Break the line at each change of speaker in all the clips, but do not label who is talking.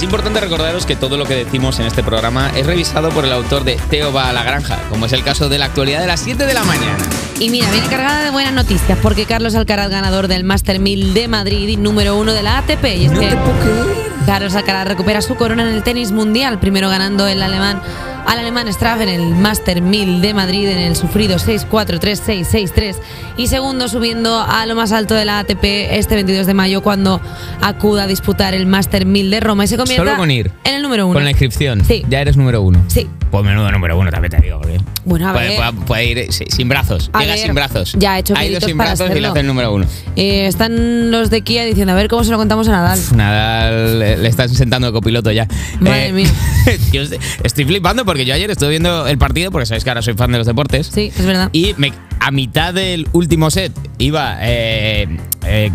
Importante recordaros que todo lo que decimos en este programa es revisado por el autor de Teo va a la granja, como es el caso de la actualidad de las 7 de la mañana.
Y mira, viene cargada de buenas noticias porque Carlos Alcaraz, ganador del Master 1000 de Madrid y número uno de la ATP. Y es que Carlos Alcaraz recupera su corona en el tenis mundial, primero ganando el alemán al alemán Straff en el Master 1000 de Madrid en el sufrido 6-4-3-6-6-3 y segundo subiendo a lo más alto de la ATP este 22 de mayo cuando acuda a disputar el Master 1000 de Roma y se convierte
Solo con ir.
en el número uno.
Con la inscripción.
Sí.
Ya eres número uno.
Sí.
Pues menudo número uno, también te digo. porque
Bueno, a
puede,
ver.
puede- puede ir sí, sin brazos.
A
Llega
ver,
sin brazos.
ya ha hecho
Ha ido
méritos
sin
para
brazos y le
hacerlo.
hace el número uno.
Eh, están los de Kia diciendo, a ver cómo se lo contamos a Nadal.
Nadal eh, le están sentando de copiloto ya. Eh,
Madre mía.
yo est- estoy flipando porque yo ayer estuve viendo el partido, porque sabéis que ahora soy fan de los deportes.
Sí, es verdad.
Y me- a mitad del último set iba eh, eh,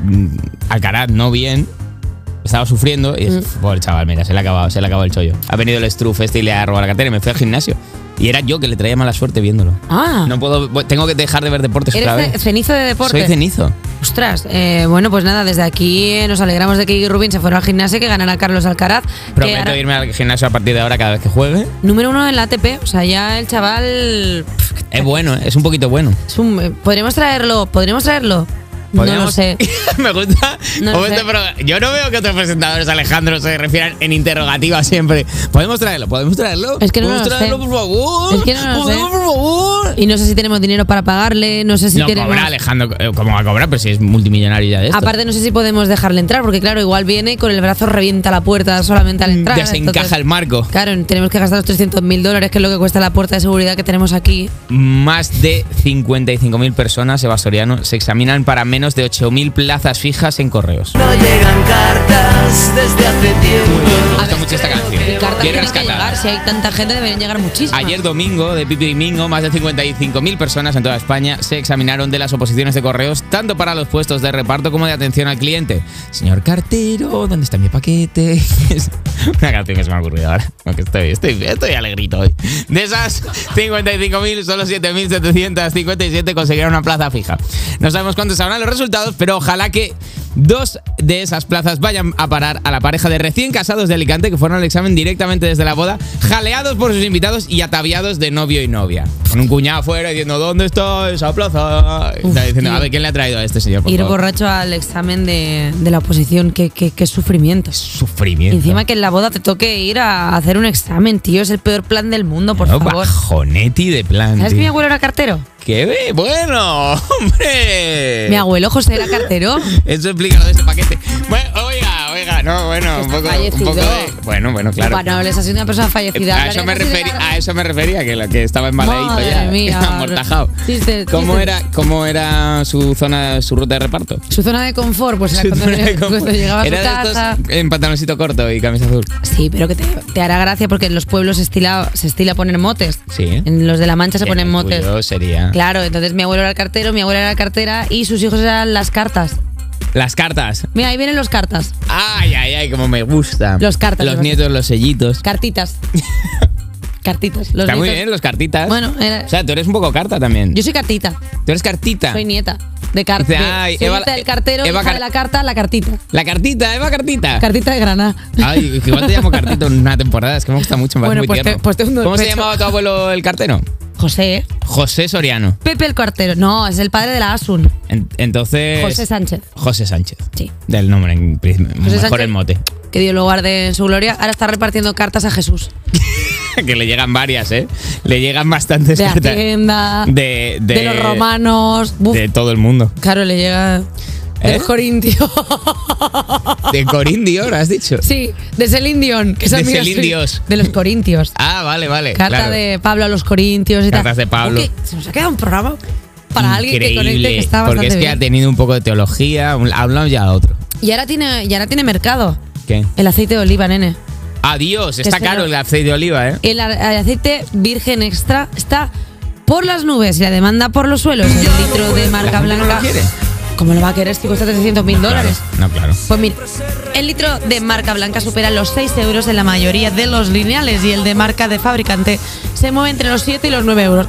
Alcaraz no bien. Estaba sufriendo y
Mm.
dije, pobre chaval, mira, se le ha acabado, se le ha acabado el chollo. Ha venido el Struff este y le ha robado la cartera y me fui al gimnasio. Y era yo que le traía mala suerte viéndolo.
Ah.
No puedo, tengo que dejar de ver deportes
Eres
otra
ce-
vez.
cenizo de deporte.
Soy cenizo.
Ostras, eh, bueno, pues nada, desde aquí eh, nos alegramos de que Iggy Rubin se fuera al gimnasio, que ganara Carlos Alcaraz. que
Prometo
ahora-
irme al gimnasio a partir de ahora cada vez que juegue.
Número uno en la ATP, o sea, ya el chaval... pff,
Es bueno, ¿eh? es un poquito bueno.
es un- eh, ¿Podremos traerlo? ¿Podremos traerlo? No lo
Podríamos-
sé.
Me gusta.
No lo
como
sé.
este programa- yo no veo que otros presentadores, Alejandro, se refieran en interrogativa siempre. ¿Podemos traerlo? ¿Podemos traerlo?
Es que no
¿Podemos
lo sé.
traerlo, por favor?
Es que no lo
¿Podemos,
sé.
por favor?
Y no sé si tenemos dinero para pagarle, no sé si
no
tenemos...
cobra Alejandro. eh, ¿Cómo va a cobrar? Pero si es multimillonario ya de esto.
Aparte, no sé si podemos dejarle entrar, porque claro, igual viene y con el brazo revienta la puerta solamente al entrar.
ya se encaja
entonces-
el marco.
Claro, tenemos que gastar los 300 mil dólares, que es lo que cuesta la puerta de seguridad que tenemos aquí.
Más de 55.000 personas, Eva Soriano, se examinan para menos de 8.000 plazas fijas en correos.
No llegan cartas desde hace
Me
tiempo.
gusta mucho esta canción.
Y cartas
Quiero
tienen que
rescatar.
llegar, si hay tanta gente deberían llegar muchísimas.
Ayer domingo, de Pipi Domingo, más de 55.000 personas en toda España se examinaron de las oposiciones de correos, tanto para los puestos de reparto como de atención al cliente. Señor cartero, ¿dónde está mi paquete? Es Una canción que se me ha ocurrido ahora, aunque estoy, estoy, estoy alegrito hoy. De esas 55.000, solo 7.757 conseguirán una plaza fija. No sabemos cuántos sabrán los resultados, pero ojalá que dos de esas plazas vayan a parar a la pareja de recién casados de Alicante que fueron al examen directamente desde la boda, jaleados por sus invitados y ataviados de novio y novia. Con un cuñado afuera diciendo, ¿dónde está esa plaza? Y
Uf,
está diciendo,
tío.
a ver, ¿quién le ha traído a este señor? por
Ir
favor?".
borracho al examen de, de la oposición, qué, qué, qué sufrimiento.
Sufrimiento.
Encima que en la boda te toque ir a hacer un examen, tío, es el peor plan del mundo, por
No,
favor.
bajoneti de plan.
¿Sabes
tío.
que mi abuelo era cartero?
¡Qué be- bueno, hombre!
Mi abuelo José era cartero.
Eso explica lo de ese paquete. Bueno, oiga, oiga, no, bueno, un
Está
poco, un
fallecido.
poco de... Bueno, bueno, claro.
Bueno, les ha sido una persona fallecida.
Eh, A eso, me
Hablaría
referi-
casi de-
a eso me refería, que, lo que estaba embaladito
Madre
ya,
mía.
amortajado.
Chiste,
¿Cómo,
chiste.
era, ¿Cómo era su zona, su ruta de reparto?
Su zona de confort, pues era
Su
cuando,
zona de confort.
cuando llegaba a su
Era de estos
casa.
en pantaloncito corto y camisa azul.
Sí, pero que te, te hará gracia porque en los pueblos se estila, se estila poner motes.
Sí, ¿eh?
En los de la Mancha se
En
ponen
el
motes.
tuyo sería...
Claro, entonces mi abuelo era el cartero, mi abuela era la cartera y sus hijos eran las cartas.
Las cartas.
Mira, ahí vienen los cartas.
Ay, ay, ay, como me gusta.
Los cartas,
Los
los-
nietos, los sellitos.
Cartitas. cartitas. Los
Está muy
nietos.
bien, los cartitas.
Bueno, era-
O sea, tú eres un poco carta también.
Yo soy cartita,
Tú eres cartita.
soy nieta. De carta.
Dice, ay,
soy
Eva-
nieta del cartero,
Eva
hija
Car- Ah.
de la carta, la cartita.
La cartita, Eva Cartita.
Cartita de Granada.
Ay, que igual te llamo cartito en una temporada, es que me gusta mucho, me parece
Bueno,
muy
pues te-
tierno.
pues te hundo el
¿Cómo se
pecho.
llamaba tu abuelo el cartero?
José. ¿eh?
José Soriano.
Pepe el cartero. No, es el padre de la Asun.
En- entonces.
José Sánchez.
José Sánchez.
Sí.
Del nombre, en, pri- mejor
Sánchez.
el mote.
Que Dios lo guarde en su gloria. Ahora está repartiendo cartas a Jesús.
que le llegan varias, ¿eh? Le llegan bastantes
De
cartas.
Hacienda.
De, de-
de los romanos. Buf,
De todo el mundo.
Claro, le llega.
¿Eh?
De los corintios.
De Corindio, ¿lo has dicho?
sí, de Celine Dion. Que es
De
amiga
Celine
suya.
Dios.
De los corintios.
Ah, vale, vale.
Carta
claro.
de Pablo a los corintios y tal.
Cartas de Pablo.
Ok, se nos ha quedado un programa para alguien que conecte que
Increíble,
está
Porque
bastante
es que ha
bien.
tenido un poco de teología, un- a un lado y a otro.
Y ahora, tiene, y ahora tiene mercado.
¿Qué?
El aceite de oliva, nene.
Adiós, está
Este no.
caro el aceite de oliva, ¿eh?
El, a- el aceite virgen extra está por las nubes y la demanda por los suelos. El litro de marca
gente no
blanca.
lo quiere.
¿Cómo lo va a querer si cuesta 300 mil dólares?
Claro, no, claro.
Pues mira, el litro de marca blanca supera los 6 euros en la mayoría de los lineales y el de marca de fabricante se mueve entre los 7 y los 9 euros.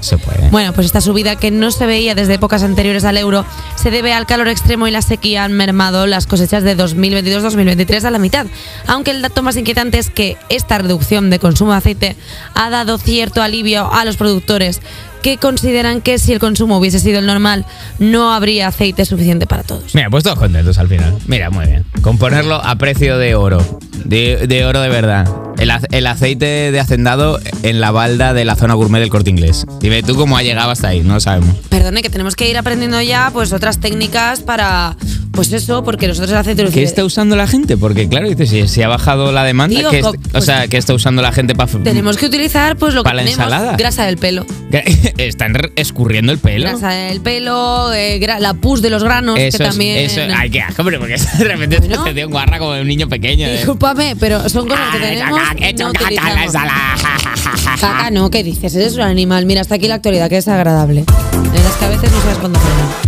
Se puede.
Bueno, pues esta subida que no se veía desde épocas anteriores al euro se debe al calor extremo y la sequía han mermado las cosechas de 2022-2023 a la mitad. Aunque el dato más inquietante es que esta reducción de consumo de aceite ha dado cierto alivio a los productores que consideran que si el consumo hubiese sido el normal no habría aceite suficiente para todos.
Mira, pues todos contentos al final. Mira, muy bien. Con ponerlo a precio de oro. De, de oro de verdad. El, ac- el aceite de hacendado en la balda de la zona gourmet del corte inglés. Dime tú cómo ha llegado hasta ahí, no lo sabemos.
Perdone, que tenemos que ir aprendiendo ya pues otras técnicas para pues eso, porque nosotros el aceite lo
¿Qué está usando la gente? Porque claro, dices, si, si ha bajado la demanda,
Tío,
¿qué es-
co-
o
pues-
sea, ¿qué está usando la gente para...
tenemos que utilizar pues lo que
¿Para la
tenemos,
ensalada?
grasa del pelo.
Están re- escurriendo el pelo.
Grasa del pelo, eh, gra- la pus de los granos,
Eso
que
es-
también.
eso- ay, qué asco, hombre, porque de repente se
Bueno.
te dio un guarra como de un niño pequeño. de-
Discúlpame, pero son cosas que
eh. Ah, he hecho
tenemos.
caca, he hecho
no
caca en la
utilizamos.
ensalada.
Caca, no, ¿qué dices? Eres un animal. Mira, hasta aquí la actualidad, que es agradable. La verdad es que a veces no sabes cuándo frenar.